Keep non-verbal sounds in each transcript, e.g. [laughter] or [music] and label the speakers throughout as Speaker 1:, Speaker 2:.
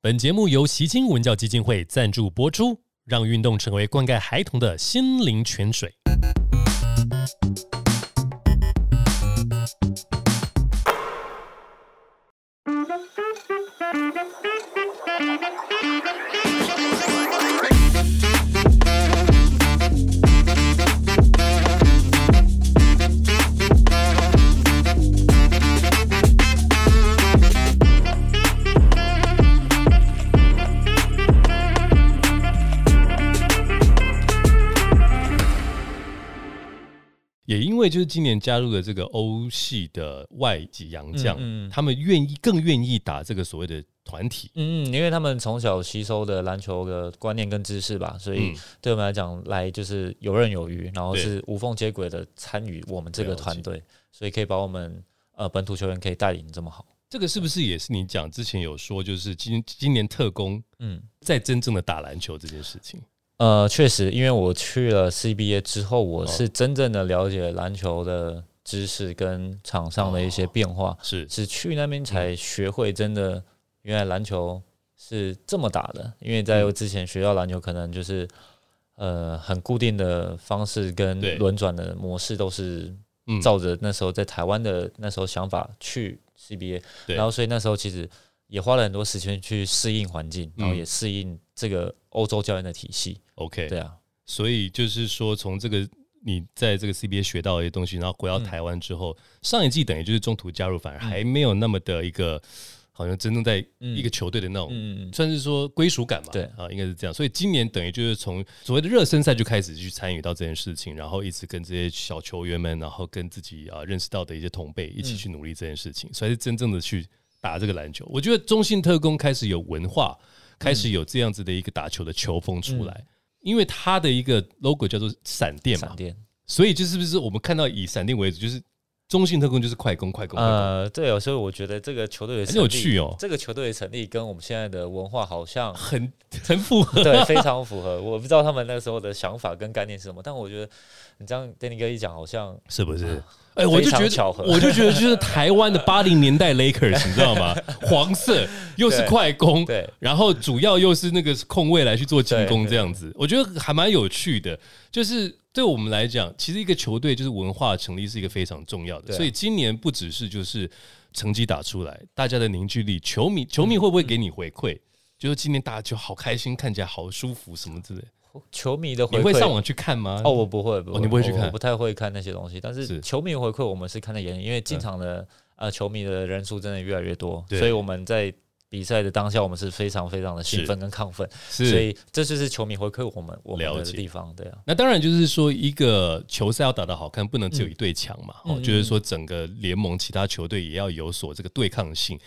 Speaker 1: 本节目由习清文教基金会赞助播出，让运动成为灌溉孩童的心灵泉水。也因为就是今年加入了这个欧系的外籍洋将，
Speaker 2: 嗯嗯
Speaker 1: 他们愿意更愿意打这个所谓的团体。
Speaker 2: 嗯，嗯，因为他们从小吸收的篮球的观念跟知识吧，所以
Speaker 1: 嗯
Speaker 2: 对我们来讲，来就是游刃有余，然后
Speaker 1: 对
Speaker 2: 是无缝接轨的参与我们这个
Speaker 1: 了解
Speaker 2: 团队，所以可以把我们呃本土球员可以带领这么好。
Speaker 1: 这个是不是也是你讲之前有说，就是今今年特工
Speaker 2: 嗯，
Speaker 1: 在真正的打篮球这件事情？
Speaker 2: 呃，确实，因为我去了 CBA 之后，我是真正的了解篮球的知识跟场上的一些变化，
Speaker 1: 是
Speaker 2: 是去那边
Speaker 1: 嗯
Speaker 2: 才学会真的原来篮球是这么打的，因为
Speaker 1: 嗯
Speaker 2: 在我之前学到篮球可能就是呃很固定的方式跟
Speaker 1: 对
Speaker 2: 轮转的模式都是
Speaker 1: 嗯
Speaker 2: 照着那时候在台湾的那时候想法去 CBA，
Speaker 1: 对
Speaker 2: 然后所以那时候其实也花了很多时间去适应环境，然后
Speaker 1: 嗯
Speaker 2: 也适应这个欧洲教练的体系，
Speaker 1: OK，
Speaker 2: 对啊，
Speaker 1: 所以就是说，从这个你在这个 CBA 学到的一些东西，然后回到台湾之后，上一季等于就是中途加入，反而还没有那么的一个，好像真正在一个球队的那种，
Speaker 2: 嗯，
Speaker 1: 算是说归属感嘛。
Speaker 2: 对
Speaker 1: 啊，应该是这样。所以今年等于就是从所谓的热身赛就开始去参与到这件事情，然后一直跟这些小球员们，然后跟自己啊认识到的一些同辈一起去努力这件事情，
Speaker 2: 嗯
Speaker 1: 所以是真正的去打这个篮球。我觉得中信特工开始有文化，开始有这样子的一个打球的球风出来。因为它的一个 logo 叫做闪电嘛
Speaker 2: 嗯闪，电。
Speaker 1: 所以就是不是我们看到以闪电为主，就是中信特工就是快攻快攻快攻，
Speaker 2: 呃，对哦，所以我觉得这个球队的
Speaker 1: 很
Speaker 2: 成
Speaker 1: 有
Speaker 2: 立
Speaker 1: 趣哦
Speaker 2: 这个球队的成立跟我们现在的文化好
Speaker 1: [laughs]
Speaker 2: 像
Speaker 1: 很很符合。
Speaker 2: 对非常符合。我不知道他们那时候的想法跟概念是什么，但我觉得你这样 Danny 哥一讲，好像
Speaker 1: 是不是？哎、我就觉
Speaker 2: 啊非
Speaker 1: 得
Speaker 2: 常巧合
Speaker 1: 我就觉得就是台湾的八零年代 Lakers，你知道
Speaker 2: [laughs]
Speaker 1: 吗？黄色又是快攻，
Speaker 2: 对
Speaker 1: 然后主要又是那个控卫来去做进攻
Speaker 2: 对
Speaker 1: 这样子，我觉得还蛮有趣的。就是对我们来讲，其实一个球队就是文化成立是一个非常重要的，
Speaker 2: 对啊
Speaker 1: 所以今年不只是就是成绩打出来，大家的凝聚力，球
Speaker 2: 嗯
Speaker 1: 迷球迷会不会给你回馈？就是今年大家就好开心，看起来好舒服什么之类的，
Speaker 2: 球迷的回
Speaker 1: 你
Speaker 2: 馈。
Speaker 1: 会上网去看吗？
Speaker 2: 哦，我不会，不会，
Speaker 1: 你不会去
Speaker 2: 我
Speaker 1: 看
Speaker 2: 我不太会看那些东西。但
Speaker 1: 是嗯
Speaker 2: 是球迷回馈我们是看在眼里，因为进场的、呃球迷的人数真的越来越多，
Speaker 1: 对
Speaker 2: 所以我们在比赛的当下，我们是非常非常的兴
Speaker 1: 是
Speaker 2: 奋跟亢奋，
Speaker 1: 是
Speaker 2: 所以这就是球迷回馈我们我
Speaker 1: 了
Speaker 2: 们的
Speaker 1: 解
Speaker 2: 地方，对啊。
Speaker 1: 那当然就是说，一个球赛要打得好看，不能只有一队强嘛。
Speaker 2: 嗯
Speaker 1: 哦，就是说整个联盟其他球队也要有所这个对抗性。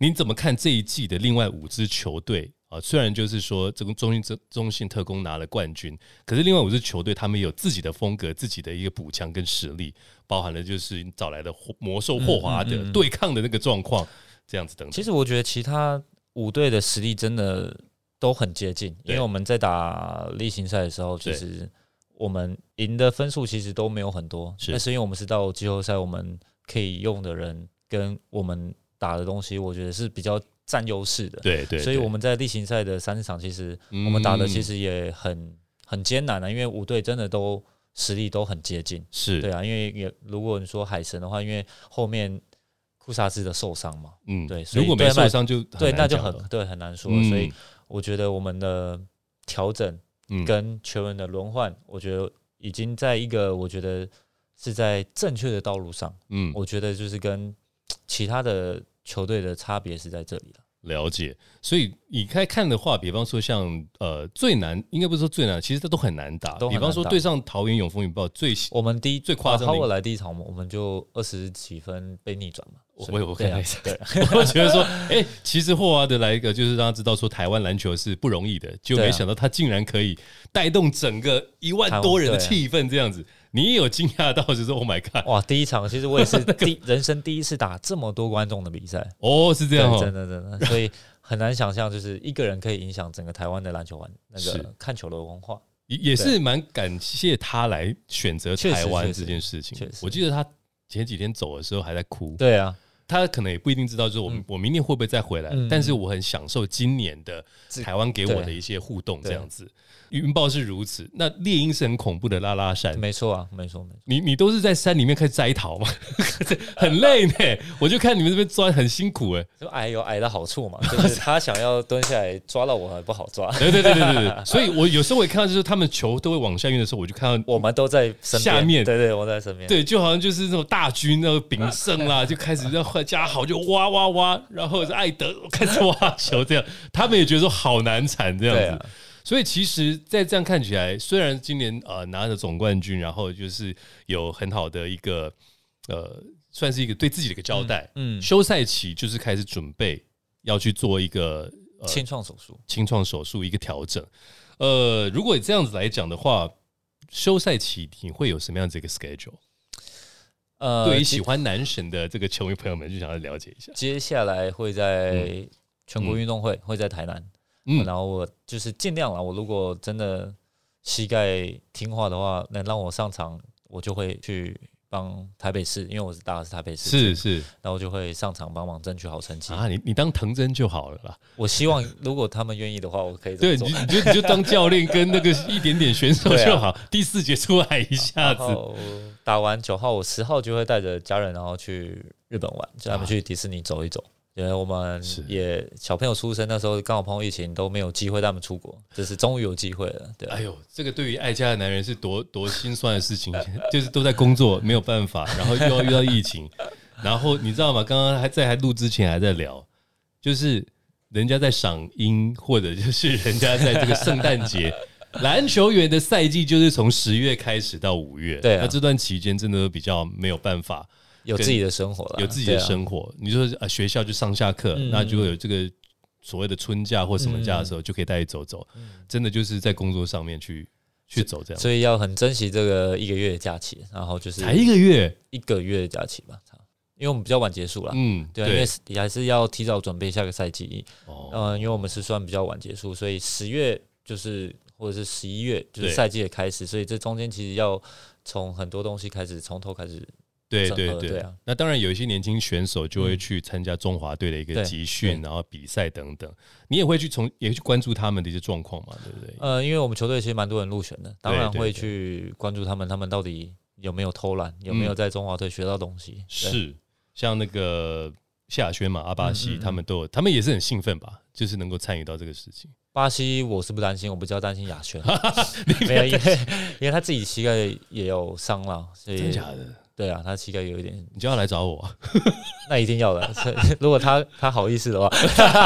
Speaker 1: 你怎么看这一季的另外五支球队啊？虽然就是说这个中信中中信特工拿了冠军，可是另外五支球队他们有自己的风格、自己的一个补强跟实力，包含了就是你找来的霍魔兽霍华
Speaker 2: 嗯
Speaker 1: 德、对抗的那个状况，这样子等等。
Speaker 2: 其实我觉得其他五队的实力真的都很接近，
Speaker 1: 对
Speaker 2: 因为我们在打例行赛的时候，其
Speaker 1: 对
Speaker 2: 实我们赢的分数其实都没有很多，
Speaker 1: 是
Speaker 2: 那是因为我们是到季后赛，我们可以用的人跟我们打的东西，我觉得是比较占优势的。
Speaker 1: 对对，
Speaker 2: 所以
Speaker 1: 对
Speaker 2: 我们在例行赛的三十场，其实
Speaker 1: 嗯
Speaker 2: 我们打的其实也很很艰难啊的，因为五队真的都实力都很接近。
Speaker 1: 是
Speaker 2: 对啊，因为也如果你说海神的话，因为后面库萨斯的受伤嘛，
Speaker 1: 嗯
Speaker 2: 对所以
Speaker 1: 如果没
Speaker 2: 对那
Speaker 1: 受伤就很
Speaker 2: 对，
Speaker 1: 难
Speaker 2: 那就
Speaker 1: 讲
Speaker 2: 很
Speaker 1: 了
Speaker 2: 对很难说。
Speaker 1: 嗯
Speaker 2: 所以我觉得我们的调整
Speaker 1: 嗯
Speaker 2: 跟球员的轮换，我觉得已经在一个我觉得是在正确的道路上。
Speaker 1: 嗯
Speaker 2: 我觉得就是跟其他的球队的差别是在这里了。
Speaker 1: 了解，所以你开看的话，比方说像呃最难，应该不是说最难，其实它都很难打。
Speaker 2: 都很
Speaker 1: 比
Speaker 2: 难打
Speaker 1: 方说对上桃园永丰云豹最，
Speaker 2: 我们第一
Speaker 1: 最夸张的
Speaker 2: 啊，我来第一场，我们我们就二十几分被逆转嘛。
Speaker 1: 我
Speaker 2: 所以
Speaker 1: 我我
Speaker 2: 对啊
Speaker 1: 看了一下
Speaker 2: 对
Speaker 1: [laughs] 我觉得说，哎、其实霍华德来一个，就是让他知道说台湾篮球是不容易的，就
Speaker 2: 对啊
Speaker 1: 没想到他竟然可以带动整个一万多人的
Speaker 2: 啊
Speaker 1: 气氛这样子。你也有惊讶到，就是说 Oh my God，
Speaker 2: 哇，第一场其实我也
Speaker 1: [laughs]
Speaker 2: 是第人生第一次打这么多观众的比赛，
Speaker 1: 哦，是这
Speaker 2: 对
Speaker 1: 样哦，
Speaker 2: 真的真的， [laughs] 所以很难想象，就是一个人可以影响整个台湾的篮球玩那
Speaker 1: 是
Speaker 2: 个看球的文化。
Speaker 1: 也也是蛮感谢他来选择台湾
Speaker 2: 确实
Speaker 1: 这件事情
Speaker 2: 确实确。实
Speaker 1: 我记得他前几天走的时候还在哭，
Speaker 2: 对啊，
Speaker 1: 他可能也不一定知道，就是我、们我明年会不会再回来，
Speaker 2: 嗯
Speaker 1: 但是我很享受今年的
Speaker 3: 自
Speaker 1: 台湾给我的一些互动，这样子。云豹是如此，那猎鹰是很恐怖的拉拉山。
Speaker 2: 没错啊，没错没错。
Speaker 1: 你你都是在山里面开始摘桃嘛， [laughs] 很累呢。我就看你们这边钻很辛苦哎，
Speaker 2: 就矮有矮的好
Speaker 1: [laughs]，
Speaker 2: 处嘛，就是他想要蹲下来抓到我还不好抓
Speaker 1: 对对对对对
Speaker 2: [laughs]
Speaker 1: 对。所以我有时候我也看到，就是他们球都会往下运的时候，我就看到
Speaker 2: 我们都在身边
Speaker 1: 下面
Speaker 2: 对对，我在身边，，
Speaker 1: 对，就好像就是那种大军那个炳胜
Speaker 2: [laughs]
Speaker 1: 啦，就开始在换加好就挖挖挖，然后是艾德开始挖球这样，他们也觉得说好难缠这样
Speaker 2: 对
Speaker 1: 子。
Speaker 2: 啊
Speaker 1: 所以其实，在这样看起来，虽然今年呃拿着总冠军，然后就是有很好的一个呃，算是一个对自己的一个交代。
Speaker 2: 嗯，
Speaker 1: 休赛期就是开始准备要去做一个呃
Speaker 2: 清创手术，
Speaker 1: 清创手术一个调整。呃，如果你这样子来讲的话，休赛期你会有什么样子一个 schedule？
Speaker 2: 呃，
Speaker 1: 对于
Speaker 2: 接
Speaker 1: 喜欢男神的这个球迷朋友们，就想要了解一下。
Speaker 2: 接下来会在全国运动会、会在台南，
Speaker 1: 嗯
Speaker 2: 然后我就是尽量了，我如果真的膝盖听话的话，能让我上场，我就会去帮台北市，因为我是打的是台北市，
Speaker 1: 是，是
Speaker 2: 然后就会上场帮忙争取好成绩。
Speaker 1: 啊，你你当藤真就好了啦。
Speaker 2: 我希望如果他们愿意的话，我可以这
Speaker 1: 对，
Speaker 2: 么
Speaker 1: 你
Speaker 2: 做
Speaker 1: 就。你就你就当教练跟那个一点点选手就好。
Speaker 2: 啊
Speaker 1: 第四节出来一下
Speaker 2: 然
Speaker 1: 子，
Speaker 2: 后打完九号，我十号就会带着家人，然后去日本玩，叫他们去迪士尼走一走。因为我们
Speaker 1: 啊是
Speaker 2: 也小朋友出生那时候刚好碰到疫情，都没有机会带他们出国，这是终于有机会了。对，
Speaker 1: 哎呦，这个对于爱家的男人是多多心酸的事情， [laughs] 就是都在工作没有办法，然后又要遇到疫情， [laughs] 然后你知道吗？刚刚还在还录之前还在聊，就是人家在赏樱，或者就是人家在这个圣诞节。 [laughs] 篮球员的赛季就是从十月开始到五月，
Speaker 2: 对啊
Speaker 1: 那这段期间真的比较没有办法，
Speaker 2: 有自己的生活了，
Speaker 1: 有自己的
Speaker 2: 对啊
Speaker 1: 生活。你说啊，学校就上下课，
Speaker 2: 嗯
Speaker 1: 那就有这个所谓的春假或什么假的时候，就可以带你走走。
Speaker 2: 嗯
Speaker 1: 真的就是在工作上面去去走这样，
Speaker 2: 所以要很珍惜这个一个月的假期，然后就是
Speaker 1: 才一个月，
Speaker 2: 一个月的假期吧，差不多因为我们比较晚结束了。
Speaker 1: 嗯，
Speaker 2: 对啊，因为你还是要提早准备下个赛季。
Speaker 1: 哦，
Speaker 2: 嗯，因为我们是算比较晚结束，所以十月就是或者是十一月就是
Speaker 1: 对
Speaker 2: 赛季的开始，所以这中间其实要从很多东西开始，从头开始。
Speaker 1: 对
Speaker 2: 整
Speaker 1: 对
Speaker 2: 合对
Speaker 1: 对
Speaker 2: 啊。
Speaker 1: 那当然，有一些年轻选手就会去参加中华队的一个
Speaker 2: 对
Speaker 1: 集训，
Speaker 2: 对
Speaker 1: 然后比赛等等，你也会去从也去关注他们的一些状况嘛，对不对？
Speaker 2: 呃，因为我们球队其实蛮多人入选的，当然
Speaker 1: 对
Speaker 2: 会
Speaker 1: 对
Speaker 2: 去关注他们，他们到底有没有偷懒，有没有
Speaker 1: 嗯
Speaker 2: 在中华队学到东西。对，
Speaker 1: 是，像那个谢亚轩嘛、阿巴西
Speaker 2: 嗯嗯嗯
Speaker 1: 他们都有，他们也是很兴奋吧，就是能够参与到这个事情。
Speaker 2: 巴西我是不担心，我比较担心
Speaker 1: [laughs]
Speaker 2: 亚轩，没有，因为因为他自己膝盖也有伤了，所以
Speaker 1: 的？
Speaker 2: 对啊，他膝盖有一点，
Speaker 1: 你就要来找我啊？
Speaker 2: 那一定要的。 [laughs] 所以如果他他好意思的话， [laughs]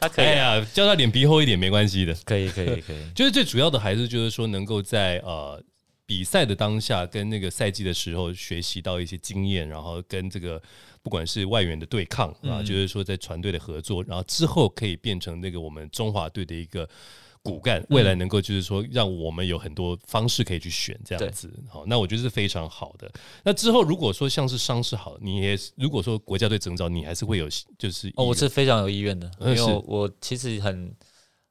Speaker 2: 他可以
Speaker 1: 哎
Speaker 2: 啊，
Speaker 1: 呀，叫他脸皮厚一点没关系的。
Speaker 2: 可以，可以，可以。
Speaker 1: 就是最主要的还是就是说能够在呃比赛的当下跟那个赛季的时候学习到一些经验，然后跟这个不管是外援的对抗
Speaker 2: 嗯
Speaker 1: 啊，就是说在团队的合作，然后之后可以变成那个我们中华队的一个。骨
Speaker 2: 嗯
Speaker 1: 干未来能够就是说，让我们有很多方式可以去选这样子，好，那我觉得是非常好的。那之后如果说像是伤势好，你也如果说国家队征召，你还是会有就是
Speaker 2: 哦，我是非常有意愿的，因
Speaker 1: 嗯
Speaker 2: 为
Speaker 1: 是
Speaker 2: 我我其实很，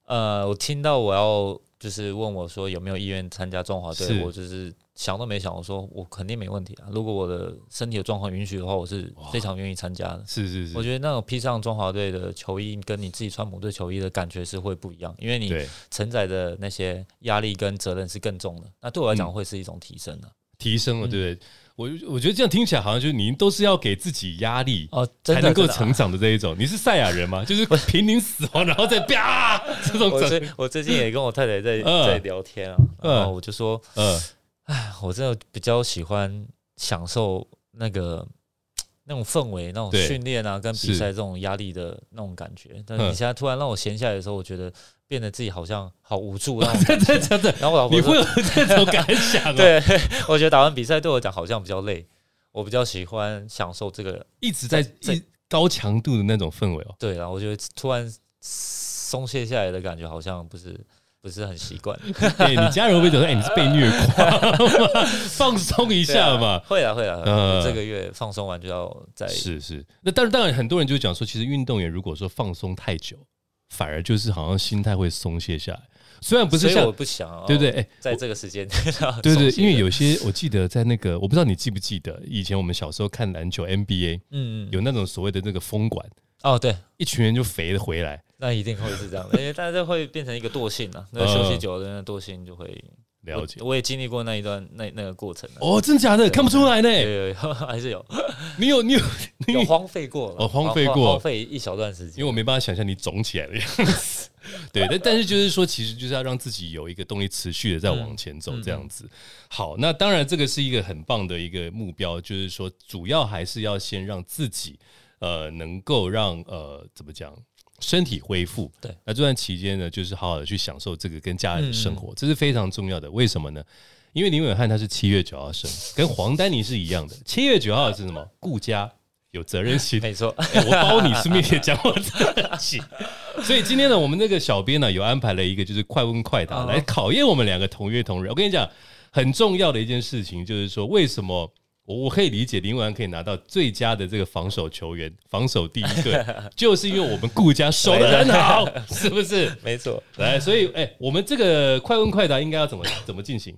Speaker 2: 呃，我听到我要就是问我说有没有意愿参加中华队，
Speaker 1: 是
Speaker 2: 我就是想都没想，我说我肯定没问题啊。如果我的身体的状况允许的话，我是非常愿意参加的。
Speaker 1: 是是
Speaker 2: 我
Speaker 1: 是，
Speaker 2: 觉得那种披上中华队的球衣，跟你自己穿母队球衣的感觉是会不一样，因为你
Speaker 1: 对，
Speaker 2: 承载的那些压力跟责任是更重的。那对我来讲
Speaker 1: 嗯
Speaker 2: 会是一种提升的、
Speaker 1: 提升了，
Speaker 2: 嗯
Speaker 1: 对不对？我我觉得这样听起来好像就是您都是要给自己压力。
Speaker 2: 哦，真
Speaker 1: 才
Speaker 2: 的
Speaker 1: 能够
Speaker 2: 真的
Speaker 1: 成长的这一种，你是赛亚人
Speaker 2: [laughs]
Speaker 1: 吗？就是濒临死亡，然后再啪这种
Speaker 2: 我
Speaker 1: 整，
Speaker 2: 最我最近也跟我太太在、
Speaker 1: 嗯
Speaker 2: 在聊天啊，
Speaker 1: 嗯
Speaker 2: 然后我就说，
Speaker 1: 呃，
Speaker 2: 我真的比较喜欢享受那个那种氛围、那种
Speaker 1: 对
Speaker 2: 训练啊，跟比
Speaker 1: 是
Speaker 2: 赛这种压力的那种感觉。但
Speaker 1: 嗯
Speaker 2: 你现在突然让我闲下来的时候，我觉得变得自己好像好无助那种
Speaker 1: 这 [laughs]
Speaker 2: 感
Speaker 1: 这
Speaker 2: 觉。
Speaker 1: 这这，
Speaker 2: 然后我老婆
Speaker 1: 你会
Speaker 2: 说，
Speaker 1: 有这种感想哦？，
Speaker 2: [laughs] 对 [laughs] 我觉得打完比赛对我讲好像比较累，我比较喜欢享受这个。
Speaker 1: 一直在
Speaker 2: 这
Speaker 1: 一高强度的那种氛围哦。 [laughs]
Speaker 2: 对，然后我觉得突然松懈下来的感觉好像不是不是很习惯。
Speaker 1: [laughs] 哎，你家人会不会觉得，哎，你是被虐狂？ [laughs] 放松一下嘛。
Speaker 2: 会啦会啦，
Speaker 1: 嗯
Speaker 2: 这个月放松完就要再
Speaker 1: 是是，那但是当然，很多人就讲说，其实运动员如果说放松太久，反而就是好像心态会松懈下来。虽然不是
Speaker 2: 所以
Speaker 1: 像
Speaker 2: 我哦不想要，
Speaker 1: 对不对？哎、
Speaker 2: 在这个时间， [laughs]
Speaker 1: 对对，
Speaker 2: 松懈
Speaker 1: 因为
Speaker 2: 了
Speaker 1: 有些我记得在那个，我不知道你记不记得，以前我们小时候看篮球 NBA，
Speaker 2: 嗯嗯
Speaker 1: 有那种所谓的那个风管，
Speaker 2: 哦对，
Speaker 1: 一群人就肥了回来。
Speaker 2: 那一定会是这样的，因为大家会变成一个惰性啊，那个休息久了，那个惰性就会
Speaker 1: 了解
Speaker 2: 我我也经历过那一段那那个过程啊，
Speaker 1: 哦，真假的看不出来呢，
Speaker 2: 对，还是有
Speaker 1: 你有你有，你
Speaker 2: 有荒废过了，
Speaker 1: 哦荒废过
Speaker 2: 荒废一小段时
Speaker 1: 因为
Speaker 2: 间。
Speaker 1: 我没办法想象你肿起来的样子。 [laughs] 对，但但是就是说，其实就是要让自己有一个动力，持续的在往前走，这样子。好，那当然这个是一个很棒的一个目标，就是说主要还是要先让自己呃能够让呃怎么讲。身体恢复，
Speaker 2: 对，
Speaker 1: 那这段期间呢，就是好好的去享受这个跟家人的生活，这是非常重要的。为什么呢？因为林伟汉他是七月九号生，跟黄丹妮是一样的。七月九号是什么？顾家有责任心，
Speaker 2: 没错，
Speaker 1: 欸 [laughs] 我包你顺便也讲我自己。所以今天呢，我们那个小编呢有安排了一个就是快问快答
Speaker 2: 哦
Speaker 1: 来考验我们两个同月同日。我跟你讲，很重要的一件事情就是说，为什么我我可以理解林文安可以拿到最佳的这个防守球员，防守第一队， [laughs] 就是因为我们顾家守得很好，是不是？
Speaker 2: 没错。
Speaker 1: 来，所以哎、我们这个快问快答应该要怎么怎么进行？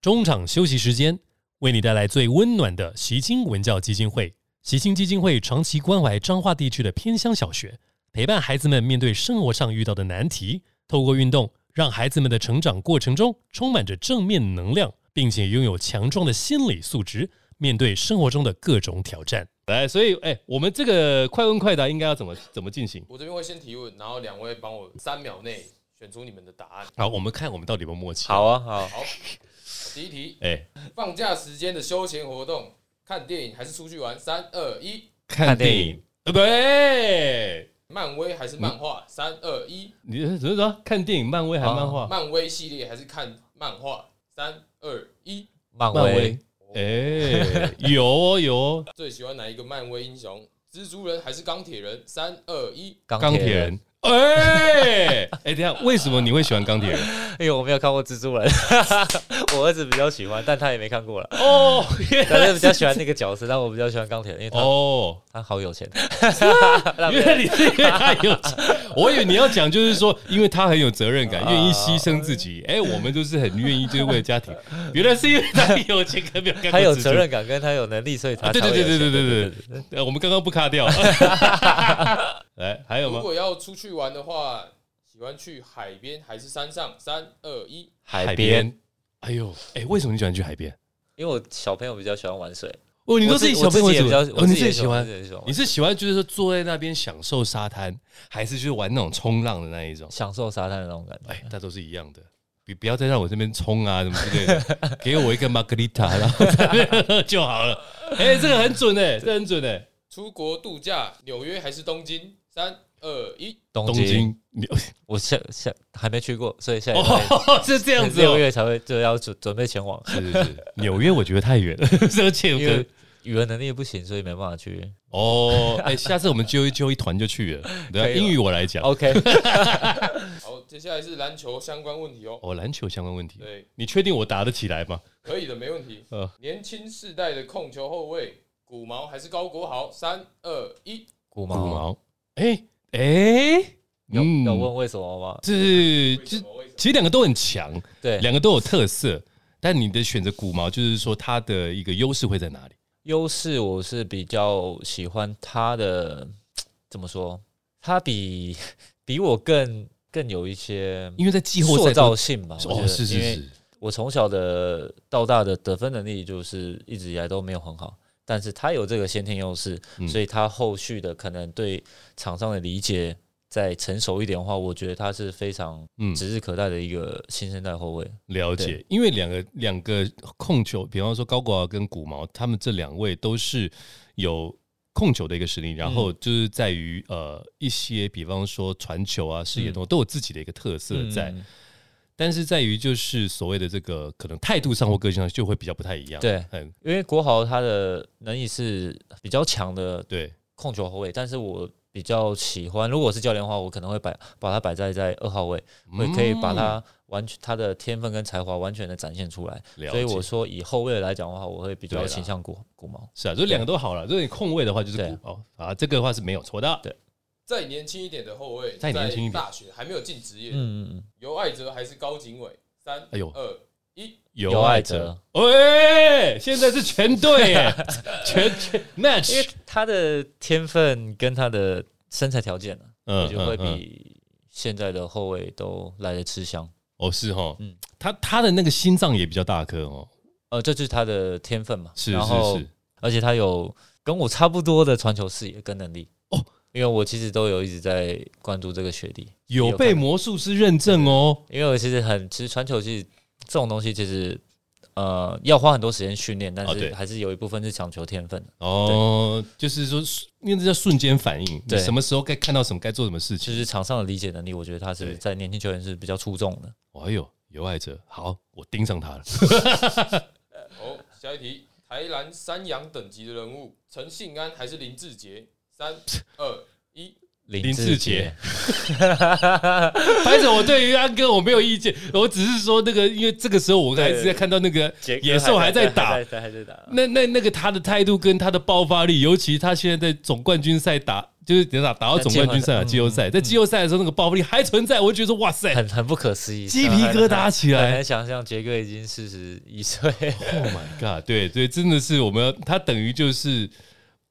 Speaker 1: 中场休息时间，为你带来最温暖的习清文教基金会。习清基金会长期关怀彰化地区的偏乡小学，陪伴孩子们面对生活上遇到的难题，透过运动，让孩子们的成长过程中充满着正面能量，并且拥有强壮的心理素质，面对生活中的各种挑战。来，所以哎、我们这个快问快答应该要怎么怎么进行？
Speaker 3: 我这边会先提问，然后两位帮我三秒内选出你们的答案。
Speaker 1: 好，我们看我们到底有没有默契。
Speaker 2: 好啊，好，
Speaker 3: 好，第一题，
Speaker 1: 哎、
Speaker 3: 放假时间的休闲活动，看电影还是出去玩？三二一，
Speaker 1: 看
Speaker 2: 电
Speaker 1: 电影，呃，不对，
Speaker 3: 漫威还是漫画？三二一，
Speaker 1: 你是怎么说？看电影，漫威还是漫画？
Speaker 3: 漫威系列还是看漫画？三二一，
Speaker 2: 哦漫
Speaker 1: 漫
Speaker 2: 威
Speaker 1: 威，哎、有哦有哦，
Speaker 3: 最喜欢哪一个漫威英雄？蜘蛛人还是钢铁人？三二一，
Speaker 1: 钢铁，人。哎哎，等一下，为什么你会喜欢钢铁人？
Speaker 2: 因为我没有看过蜘蛛人，我儿子比较喜欢，但他也没看过了，
Speaker 1: 哦，原
Speaker 2: 他
Speaker 1: 来
Speaker 2: 就比较喜欢那个角色，但我比较喜欢钢铁人，因为他 [laughs]
Speaker 1: 哦，
Speaker 2: 他好有钱，
Speaker 1: 原来你是因为他有 [laughs] 钱，我以为你要讲就是说，因为他很有责任感，
Speaker 2: 啊
Speaker 1: 愿意牺牲自己。哎，我们都是很愿意，就是为了家
Speaker 2: [laughs]
Speaker 1: 庭。原来是因为他有钱，可没有干过
Speaker 2: 他有
Speaker 1: 蜘蛛
Speaker 2: 责任感，跟他有能力，所以他
Speaker 1: 啊对
Speaker 2: 才
Speaker 1: 对
Speaker 2: 会有
Speaker 1: 对对对
Speaker 2: 钱
Speaker 1: 对对对，呃，我们刚刚不卡掉。 [laughs] 来，还有
Speaker 3: 如
Speaker 1: 吗？
Speaker 3: 果要出去玩的话，喜欢去海边还是山上？三二一，
Speaker 2: 海边，。
Speaker 1: 哎呦，哎、为什么你喜欢去海边？
Speaker 2: 因为我小朋友比较喜欢玩水，
Speaker 1: 哦，你都
Speaker 2: 我
Speaker 1: 自己
Speaker 2: 己
Speaker 1: 小朋友
Speaker 2: 我自己也比较，
Speaker 1: 哦，
Speaker 2: 我
Speaker 1: 你自
Speaker 2: 自己
Speaker 1: 己
Speaker 2: 也
Speaker 1: 喜欢，
Speaker 2: 我自己也喜欢
Speaker 1: 你是喜欢就是说坐在那边享受沙滩，还是就是玩那种冲浪的那一种？
Speaker 2: 享受沙滩的那种感觉。
Speaker 1: 哎，那都是一样的。不不要再让我这边冲啊，什么之类的， [laughs] 给我一个玛格丽塔，然 [laughs] 后在那边喝就好了。哎、这个很准哎、这很准哎、
Speaker 3: 出国度假，纽约还是东京？三二一，
Speaker 2: 东
Speaker 1: 东京，你
Speaker 2: 我下下还没去过，所以下礼拜
Speaker 1: 哦，是 [laughs] 这样子
Speaker 2: 六
Speaker 1: 哦。
Speaker 2: 月才会就要准准备前往，
Speaker 1: 是是是，纽约我觉得太 [laughs] 远了，而且
Speaker 2: 因
Speaker 1: 跟
Speaker 2: 为语文能力不行，所以没办法去。
Speaker 1: 哦，哎、下次我们揪一揪一团就去了。对啊，
Speaker 2: 可以了
Speaker 1: 英语我来讲。 [laughs]
Speaker 2: OK，
Speaker 3: 好，接下来是篮球相关问题哦。
Speaker 1: 哦，篮球相关问题，
Speaker 3: 对，
Speaker 1: 你确定我答得起来吗？
Speaker 3: 可以的，没问题。
Speaker 1: [laughs] 呃，
Speaker 3: 年轻世代的控球后卫，古毛还是高国豪？三二一，
Speaker 1: 古
Speaker 2: 古毛
Speaker 1: 毛，哎哎，
Speaker 2: 有有问为什么吗？
Speaker 1: 是
Speaker 3: 为
Speaker 1: 这
Speaker 3: 什么？为什么？
Speaker 1: 其实两个都很强，
Speaker 2: 对，
Speaker 1: 两个都有特色，但你的选择古毛，就是说它的一个优势会在哪里？
Speaker 2: 优势我是比较喜欢他的，怎么说？他比比我更更有一些
Speaker 1: 因为在季后
Speaker 2: 塑
Speaker 1: 赛
Speaker 2: 造
Speaker 1: 都
Speaker 2: 性吧。我觉
Speaker 1: 哦，
Speaker 2: 得
Speaker 1: 是是
Speaker 2: 因为
Speaker 1: 是，
Speaker 2: 我从小的到大的得分能力就是一直以来都没有很好，但是他有这个先天优势，
Speaker 1: 嗯
Speaker 2: 所以他后续的可能对场上的理解再成熟一点的话，我觉得他是非常
Speaker 1: 嗯，
Speaker 2: 指日可待的一个新生代后卫。
Speaker 1: 了解，因为两个两个控球，比方说高国豪跟古毛，他们这两位都是有控球的一个
Speaker 2: 嗯
Speaker 1: 实力，然后就是在于呃一些，比方说传球啊、视野都都有自己的一个特色在，
Speaker 2: 嗯
Speaker 1: 但是在于就是所谓的这个可能态度上或个性上就会比较不太一样。
Speaker 2: 对
Speaker 1: 嗯，
Speaker 2: 因为国豪他的能力是比较强的
Speaker 1: 对，
Speaker 2: 控球后卫，但是我比较喜欢，如果我是教练的话，我可能会摆把他摆在在二号位，会
Speaker 1: 嗯
Speaker 2: 可以把他完全他的天分跟才华完全的展现出来。
Speaker 1: 了
Speaker 2: 所以
Speaker 1: 解
Speaker 2: 我说，以后卫来讲的话，我会比
Speaker 1: 对啊
Speaker 2: 较
Speaker 1: 啦
Speaker 2: 倾向古古毛。
Speaker 1: 是啊，就两个都好了。如果你空位的话，就是
Speaker 2: 对
Speaker 1: 古毛啊，这个的话是没有错的。
Speaker 2: 对，
Speaker 3: 再年轻一点的后卫，
Speaker 1: 再年轻一点
Speaker 3: 在大学还没有进职业，
Speaker 2: 嗯嗯
Speaker 3: 尤爱哲还是高景伟，三，
Speaker 1: 哎呦
Speaker 3: 二一，
Speaker 2: 嗯，
Speaker 1: 有
Speaker 2: 有爱
Speaker 1: 爱者，
Speaker 2: 者，
Speaker 1: 哎、现在是全队耶， [laughs] 全全 match，
Speaker 2: 因为他的天分跟他的身材条件呢、啊，我
Speaker 1: 嗯
Speaker 2: 觉得会
Speaker 1: 嗯嗯
Speaker 2: 比现在的后卫都来得吃香。
Speaker 1: 哦是哈，
Speaker 2: 嗯
Speaker 1: 他他的那个心脏也比较大颗哦，
Speaker 2: 呃，这就是他的天分嘛。
Speaker 1: 是
Speaker 2: 然
Speaker 1: 是
Speaker 2: 后
Speaker 1: 是，
Speaker 2: 而且他有跟我差不多的传球视野跟能力。
Speaker 1: 哦
Speaker 2: 哦，因为我其实都有一直在关注这个学弟，
Speaker 1: 有被魔术师认证哦，
Speaker 2: 因为我其实很，其实传球其实这种东西其实呃要花很多时间训练，但
Speaker 1: 哦对
Speaker 2: 是还是有一部分是讲求天分的，
Speaker 1: 哦，就是说，因为这叫瞬间反应，你
Speaker 2: 对
Speaker 1: 什么时候该看到什么，该做什么事
Speaker 2: 就
Speaker 1: 情。
Speaker 2: 是场上的理解能力，我觉得他是
Speaker 1: 对
Speaker 2: 在年轻球员是比较出众的。
Speaker 1: 哦哎呦，有爱者，好，我盯上他了。
Speaker 3: 哦，下一题，台南三洋等级的人物，陈信安还是林志杰，
Speaker 1: [laughs]
Speaker 3: 三，二一，
Speaker 1: 林
Speaker 2: 林
Speaker 1: 志杰， [laughs] 拍着我对于安哥我没有意见，我只是说那个，因为这个时候我还是在看到那个
Speaker 2: 杰
Speaker 1: 野兽还在打
Speaker 2: 还，在还在打。
Speaker 1: 那那那个他的态度跟他的爆发力，尤其他现在在总冠军赛打，就是打打到总冠军赛啊，
Speaker 2: 在
Speaker 1: 季
Speaker 2: 季
Speaker 1: 后
Speaker 2: 后
Speaker 1: 赛，在季后赛的时候那个爆发力还存在，我就觉得说哇塞
Speaker 2: 很很不可思议，
Speaker 1: 鸡皮疙瘩起来
Speaker 2: 很难想象杰哥已经四十一岁，
Speaker 1: ，Oh my god，对对，真的是我们要他等于就是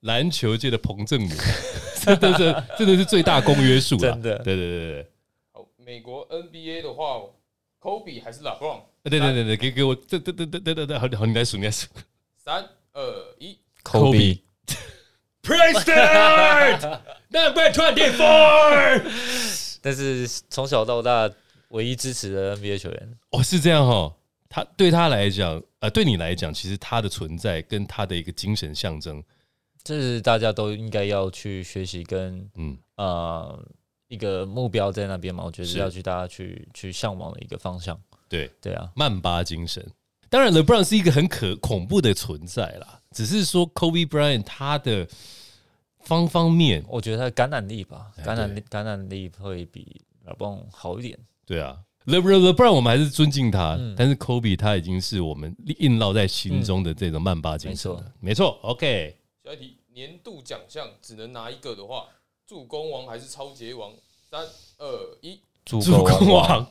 Speaker 1: 篮球界的彭正明， [laughs] 真的是真的是最大公约数了，
Speaker 2: 真的
Speaker 1: 对对对对。
Speaker 3: 好，美国 NBA 的话，Kobe 哦还是 LeBron，
Speaker 1: 对对对对，给给我，对对对对对对对，好，好，你来数，你来数。
Speaker 3: 三二一，
Speaker 1: Kobe [laughs] Preston number twenty four。
Speaker 2: [laughs] 但是从小到大唯一支持的 NBA 球员，
Speaker 1: 哦，是这样哦。他对他来讲，呃，对你来讲，其实他的存在跟他的一个精神象征，
Speaker 2: 这是大家都应该要去学习跟
Speaker 1: 嗯，
Speaker 2: 呃一个目标在那边嘛，我觉得
Speaker 1: 是
Speaker 2: 要去大家去去向往的一个方向。
Speaker 1: 对，
Speaker 2: 对啊，
Speaker 1: 曼巴精神。当然，LeBron 是一个很可恐怖的存在啦，只是说 Kobe Bryant 他的方方面，
Speaker 2: 我觉得他的感染力吧，
Speaker 1: 哎
Speaker 2: 感染力感染力会比老棒好一点。
Speaker 1: 对啊，LeBron LeBron 我们还是尊敬他，
Speaker 2: 嗯
Speaker 1: 但是 Kobe 他已经是我们印烙在心中的这种曼巴精神了、没错，OK。
Speaker 3: 下一题，年度奖项只能拿一个的话，助攻王还是超级王，三二一，
Speaker 2: 助
Speaker 1: 助攻，王。啊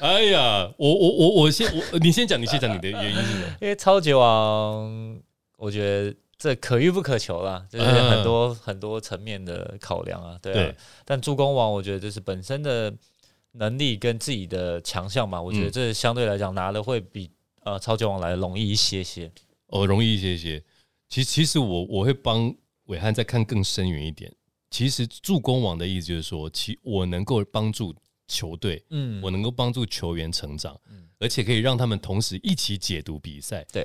Speaker 1: 哎呀，我我我我先我你先讲，你先讲你的原因是
Speaker 2: [laughs]
Speaker 1: 什么？
Speaker 2: [laughs] 因为超级王，我觉得这可遇不可求啦，就是
Speaker 1: 嗯
Speaker 2: 很多、很多层面的考量啊，对啊。
Speaker 1: 对
Speaker 2: 但助攻王，我觉得就是本身的能力跟自己的强项嘛，我觉得
Speaker 1: 嗯
Speaker 2: 这相对来讲拿的会比呃超级王来得容易一些些。
Speaker 1: 哦，容易一些些。其其实我我会帮伟汉再看更深远一点。其实助攻王的意思就是说，其我能够帮助球队，
Speaker 2: 嗯
Speaker 1: 我能够帮助球员成长
Speaker 2: 嗯，
Speaker 1: 而且可以让他们同时一起解读比赛。
Speaker 2: 对，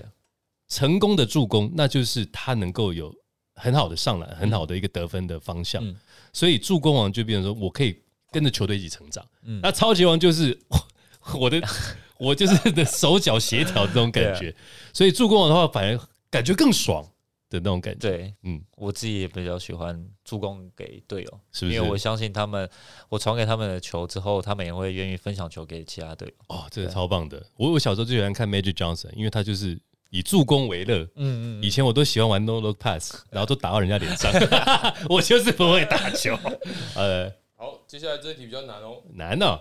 Speaker 1: 成功的助攻，那就是他能够有很好的上篮，很好的一个得分的方向。
Speaker 2: 嗯
Speaker 1: 所以助攻王就变成说我可以跟着球队一起成长。
Speaker 2: 嗯
Speaker 1: 那超级王就是我 [laughs] 我的我就是的手脚协调这种感觉，
Speaker 2: 啊
Speaker 1: 所以助攻王的话反而感觉更爽的那种感觉。
Speaker 2: 对，
Speaker 1: 嗯
Speaker 2: 嗯，我自己也比较喜欢助攻给队友，
Speaker 1: 是不是
Speaker 2: 因为我相信他们，我传给他们的球之后，他们也会愿意分享球给其他队友。
Speaker 1: 哦，这个超棒的！我我小时候最喜欢看 Magic Johnson，因为他就是以助攻为乐。
Speaker 2: 嗯
Speaker 1: 以前我都喜欢玩 no look pass，然后都打到人家脸
Speaker 2: [laughs]
Speaker 1: 上， [laughs] 我就是不会打球。呃，
Speaker 3: 好，接下来这一题比较难哦
Speaker 1: 难哦，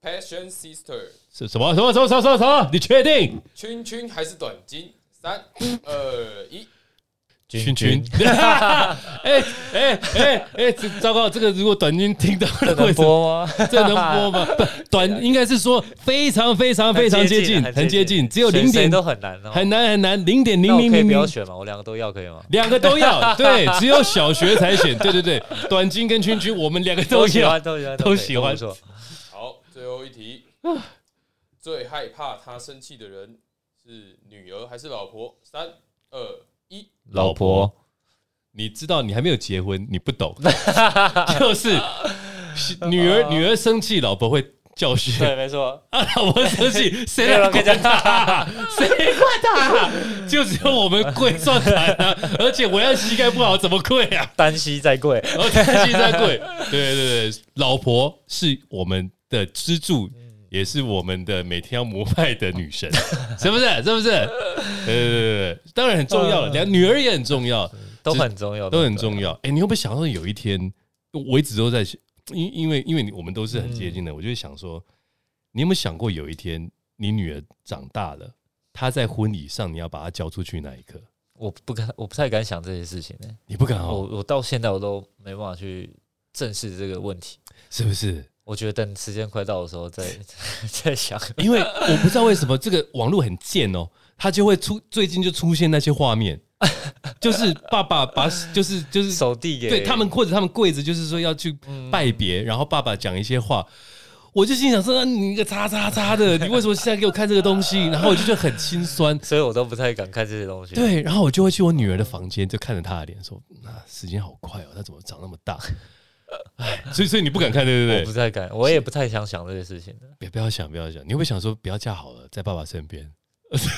Speaker 3: ，Passion Sister，
Speaker 1: 是什么什么什么什么什么什么？你确定？
Speaker 3: 圈圈还是短金，三二一，
Speaker 1: 群群， [laughs] 哎哎哎哎，这糟糕！这个如果短军听到
Speaker 2: 这
Speaker 1: 了，
Speaker 2: 能
Speaker 1: 会
Speaker 2: 播吗？
Speaker 1: 这能播
Speaker 2: [laughs]
Speaker 1: 吗？不，
Speaker 2: 啊
Speaker 1: 短应该是说非常非常 [laughs] 非常接近，很接近，只有
Speaker 2: 谁
Speaker 1: 零
Speaker 2: 谁
Speaker 1: 点
Speaker 2: 都很难哦。
Speaker 1: 很难很难，零点
Speaker 2: 那
Speaker 1: 零
Speaker 2: 我
Speaker 1: 零
Speaker 2: 可以
Speaker 1: 零
Speaker 2: 不要
Speaker 1: 零，
Speaker 2: 选嘛，我两个都要可以吗？
Speaker 1: 两个都要，对， [laughs] 只有小学才选，对对对，短军跟圈圈我们两个都
Speaker 2: 喜
Speaker 1: 要
Speaker 2: 欢，，都喜欢，
Speaker 1: 都
Speaker 2: 可以
Speaker 1: 喜欢
Speaker 2: 不错
Speaker 3: 好，最后一题，最害怕他生气的人是女儿还是老婆，三二一，
Speaker 1: 老婆。你知道你还没有结婚，你不懂，
Speaker 2: [laughs]
Speaker 1: 就是女儿女儿生气，老婆会教训，
Speaker 2: 啊对，没错，
Speaker 1: 啊，老婆生气，
Speaker 2: [laughs]
Speaker 1: 谁
Speaker 2: 没有
Speaker 1: 来
Speaker 2: 人可以
Speaker 1: 管
Speaker 2: 这样 [laughs]
Speaker 1: 他？谁管他？就只有我们跪算盘啊！而且我要膝盖不好，怎么跪啊？
Speaker 2: 单膝再跪，
Speaker 1: 然后他现在跪。对对对，老婆是我们的支柱，也是我们的每天要膜拜的女神，是不是？是不是？对对对对，当然很重要了，两女儿也很重要。
Speaker 2: 都很重
Speaker 1: [laughs]
Speaker 2: 要，
Speaker 1: 都很
Speaker 2: 对
Speaker 1: 重要。哎、你会不会想到有一天，我一直都在想，因因为因为你我们都是很接近的，我就会想说，你有没有想过有一天你女儿长大了，她在婚礼上你要把她交出去那一刻，
Speaker 2: 我不敢，我不太敢想这些事情呢、欸
Speaker 1: 你不敢哦，
Speaker 2: 我我到现在我都没办法去正视这个问题。
Speaker 1: 是不是？
Speaker 2: 我觉得等时间快到的时
Speaker 1: [laughs]
Speaker 2: 候再再想。
Speaker 1: 因为我不知道为什么这个网络很贱哦，它就会出最近就出现那些画
Speaker 2: [laughs]
Speaker 1: 面，就是爸爸把就是就是
Speaker 2: 手递给
Speaker 1: 对他们或者他们跪着，就是说要去拜别，然后爸爸讲一些话。我就心想说，啊你一个叉叉叉的，你为什么现在给我看这个东西？然后我就觉得很心
Speaker 2: [laughs]
Speaker 1: 酸。
Speaker 2: 所以我都不太敢看这些东西。，
Speaker 1: 对，然后我就会去我女儿的房间，就看着她的脸，说：“啊，时间好快哦，她怎么长那么大？” [laughs] 哎，所以所以你不敢看，对
Speaker 2: 我
Speaker 1: 不
Speaker 2: 不
Speaker 1: 对？
Speaker 2: 太敢，我也不太想想这些事情的，
Speaker 1: 别不要想，不要想，你会不会想说不要嫁好了，在爸爸身边？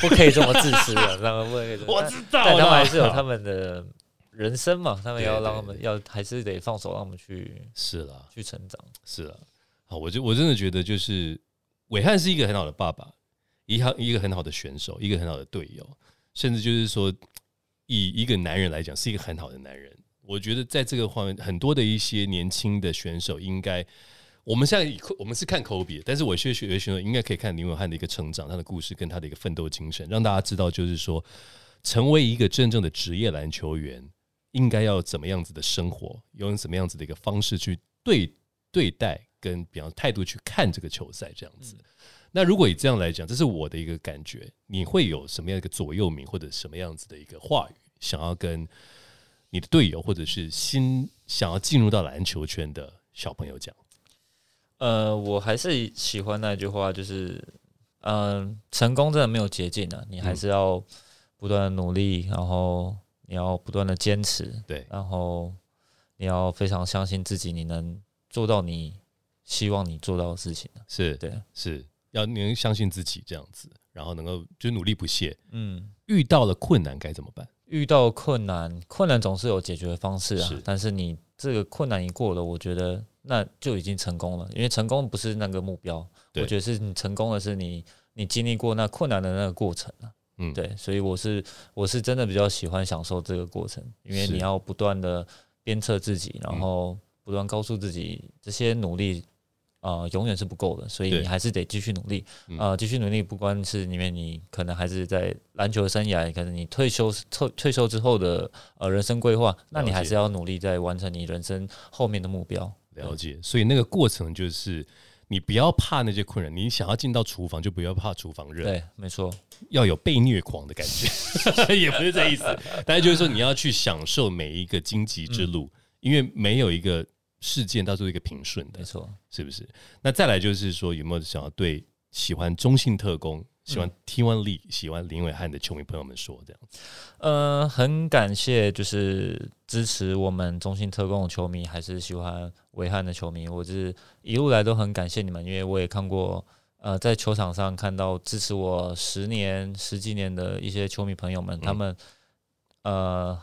Speaker 2: 不可以这么自私的，
Speaker 1: [laughs]
Speaker 2: 让他们为了
Speaker 1: 我知道啦，
Speaker 2: 但他们还是有他们的人生嘛，他们要
Speaker 1: 对
Speaker 2: 让他们要还是得放手，让他们去
Speaker 1: 是啦，
Speaker 2: 去成长。
Speaker 1: 是啦，啊，我就我真的觉得就是伟汉是一个很好的爸爸，一好一个很好的选手，一个很好的队友，甚至就是说以一个男人来讲，是一个很好的男人。我觉得在这个方面，很多的一些年轻的选手应该。我们现在以科我们是看科比，但是我觉得学员选手应该可以看林伟汉的一个成长，他的故事跟他的一个奋斗精神，让大家知道，就是说，成为一个真正的职业篮球员，应该要怎么样子的生活，用什么样子的一个方式去对对待跟比方态度去看这个球赛这样子。那如果以这样来讲，这是我的一个感觉，你会有什么样一个左右铭或者什么样子的一个话语，想要跟你的队友或者是新想要进入到篮球圈的小朋友讲？
Speaker 2: 呃，我还是喜欢那句话，就是，嗯、成功真的没有捷径啊，你还是要不断的努力，然后你要不断的坚持，
Speaker 1: 对
Speaker 2: 然后你要非常相信自己，你能做到你希望你做到的事情啊
Speaker 1: 是
Speaker 2: 对，
Speaker 1: 是要能相信自己这样子，然后能够就努力不懈。
Speaker 2: 嗯，
Speaker 1: 遇到了困难该怎么办？
Speaker 2: 遇到困难，困难总是有解决的方式啊
Speaker 1: 是。
Speaker 2: 但是你这个困难一过了，我觉得那就已经成功了，因为成功不是那个目标，
Speaker 1: 对
Speaker 2: 我觉得是你成功的是你你经历过那困难的那个过程啊。
Speaker 1: 嗯，，
Speaker 2: 对，所以我是我是真的比较喜欢享受这个过程，因为
Speaker 1: 是
Speaker 2: 你要不断的鞭策自己，然
Speaker 1: 嗯
Speaker 2: 后不断告诉自己这些努力。呃，永远是不够的，所以
Speaker 1: 对
Speaker 2: 你还是得继续努力。
Speaker 1: 嗯
Speaker 2: 呃，继续努力，不光是因为你可能还是在篮球生涯，可能你退休退退休之后的呃人生规划，那你
Speaker 1: 了
Speaker 2: 还
Speaker 1: 解
Speaker 2: 是要努力在完成你人生后面的目标。
Speaker 1: 了解。所以那个过程就是你不要怕那些困难，你想要进到厨房就不要怕厨房热，
Speaker 2: 对，没错。
Speaker 1: 要有被虐狂的感觉，也不是这意思。但是就是说你要去享受每一个荆棘之路，因为没有一个事件到最后一个平顺的
Speaker 2: 没。错，
Speaker 1: 是不是？那再来就是说，有没有想要对喜欢中信特工、喜欢 T1 Lee、喜欢林伟汉的球迷朋友们说这样子？
Speaker 2: 呃，很感谢就是支持我们中信特工的球迷，还是喜欢维汉的球迷，我就是一路来都很感谢你们，因为我也看过呃在球场上看到支持我十年十几年的一些球迷朋友们，他们呃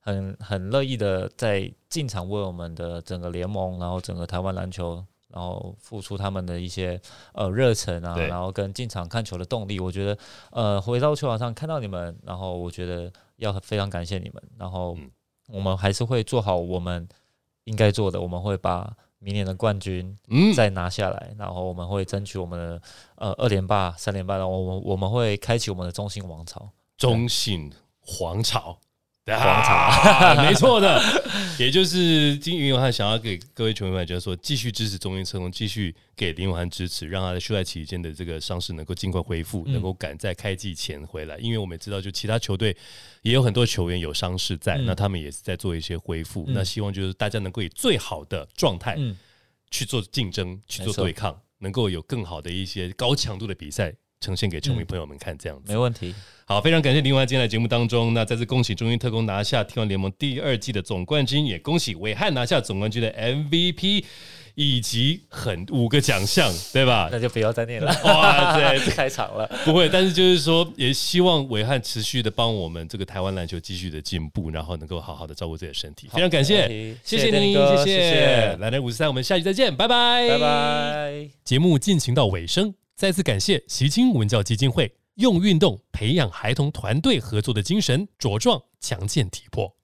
Speaker 2: 很很乐意的在进场为我们的整个联盟，然后整个台湾篮球。然后付出他们的一些呃热忱啊，
Speaker 1: 对
Speaker 2: 然后跟进场看球的动力，我觉得呃，回到球场上看到你们，然后我觉得要非常感谢你们，然后
Speaker 1: 嗯
Speaker 2: 我们还是会做好我们应该做的，我们会把明年的冠军
Speaker 1: 嗯，
Speaker 2: 再拿下来，然后我们会争取我们的呃二连霸、三连霸，然后我们我们会开启我们的中心王朝。
Speaker 1: 中信皇朝。皇朝，没错的， [laughs] 也就是金云永汉想要给各位球迷们就是说，继续支持中信特工，继续给林永汉支持，让他在休赛期间的这个伤势能够尽快恢复，
Speaker 2: 嗯
Speaker 1: 能够赶在开季前回来。因为我们也知道，就其他球队也有很多球员有伤势在，
Speaker 2: 嗯
Speaker 1: 那他们也是在做一些恢复。
Speaker 2: 嗯
Speaker 1: 那希望就是大家能够以最好的状态，
Speaker 2: 嗯，
Speaker 1: 去做竞争、去做
Speaker 2: 没错
Speaker 1: 对抗，能够有更好的一些高强度的比赛呈现给球迷
Speaker 2: 嗯
Speaker 1: 朋友们看，这样子。
Speaker 2: 没问题。
Speaker 1: 好，非常感谢林完今天来节目当中，那再次恭喜中英特工拿下 T1 联盟第二季的总冠军，也恭喜伟汉拿下总冠军的 MVP，以及很五个奖项，对 [laughs] 吧？
Speaker 2: 那就不要再念了， [laughs]
Speaker 1: 哇塞，
Speaker 2: 开场了。
Speaker 1: 不会，但是就是说，也希望伟汉持续的帮我们这个台湾篮球继续的进步，然后能够好好的照顾自己的身体。非常感
Speaker 2: 没
Speaker 1: 谢
Speaker 2: 问题，
Speaker 1: 谢
Speaker 2: 谢谢
Speaker 1: 您，
Speaker 2: 丁哥
Speaker 1: 谢
Speaker 2: 谢谢
Speaker 1: 来人五十三，我们下期再见，拜拜，
Speaker 2: 拜。拜。
Speaker 1: 节目进行到尾声，再次感谢习清文教基金会用运动培养孩童团队合作的精神，茁壮强健体魄。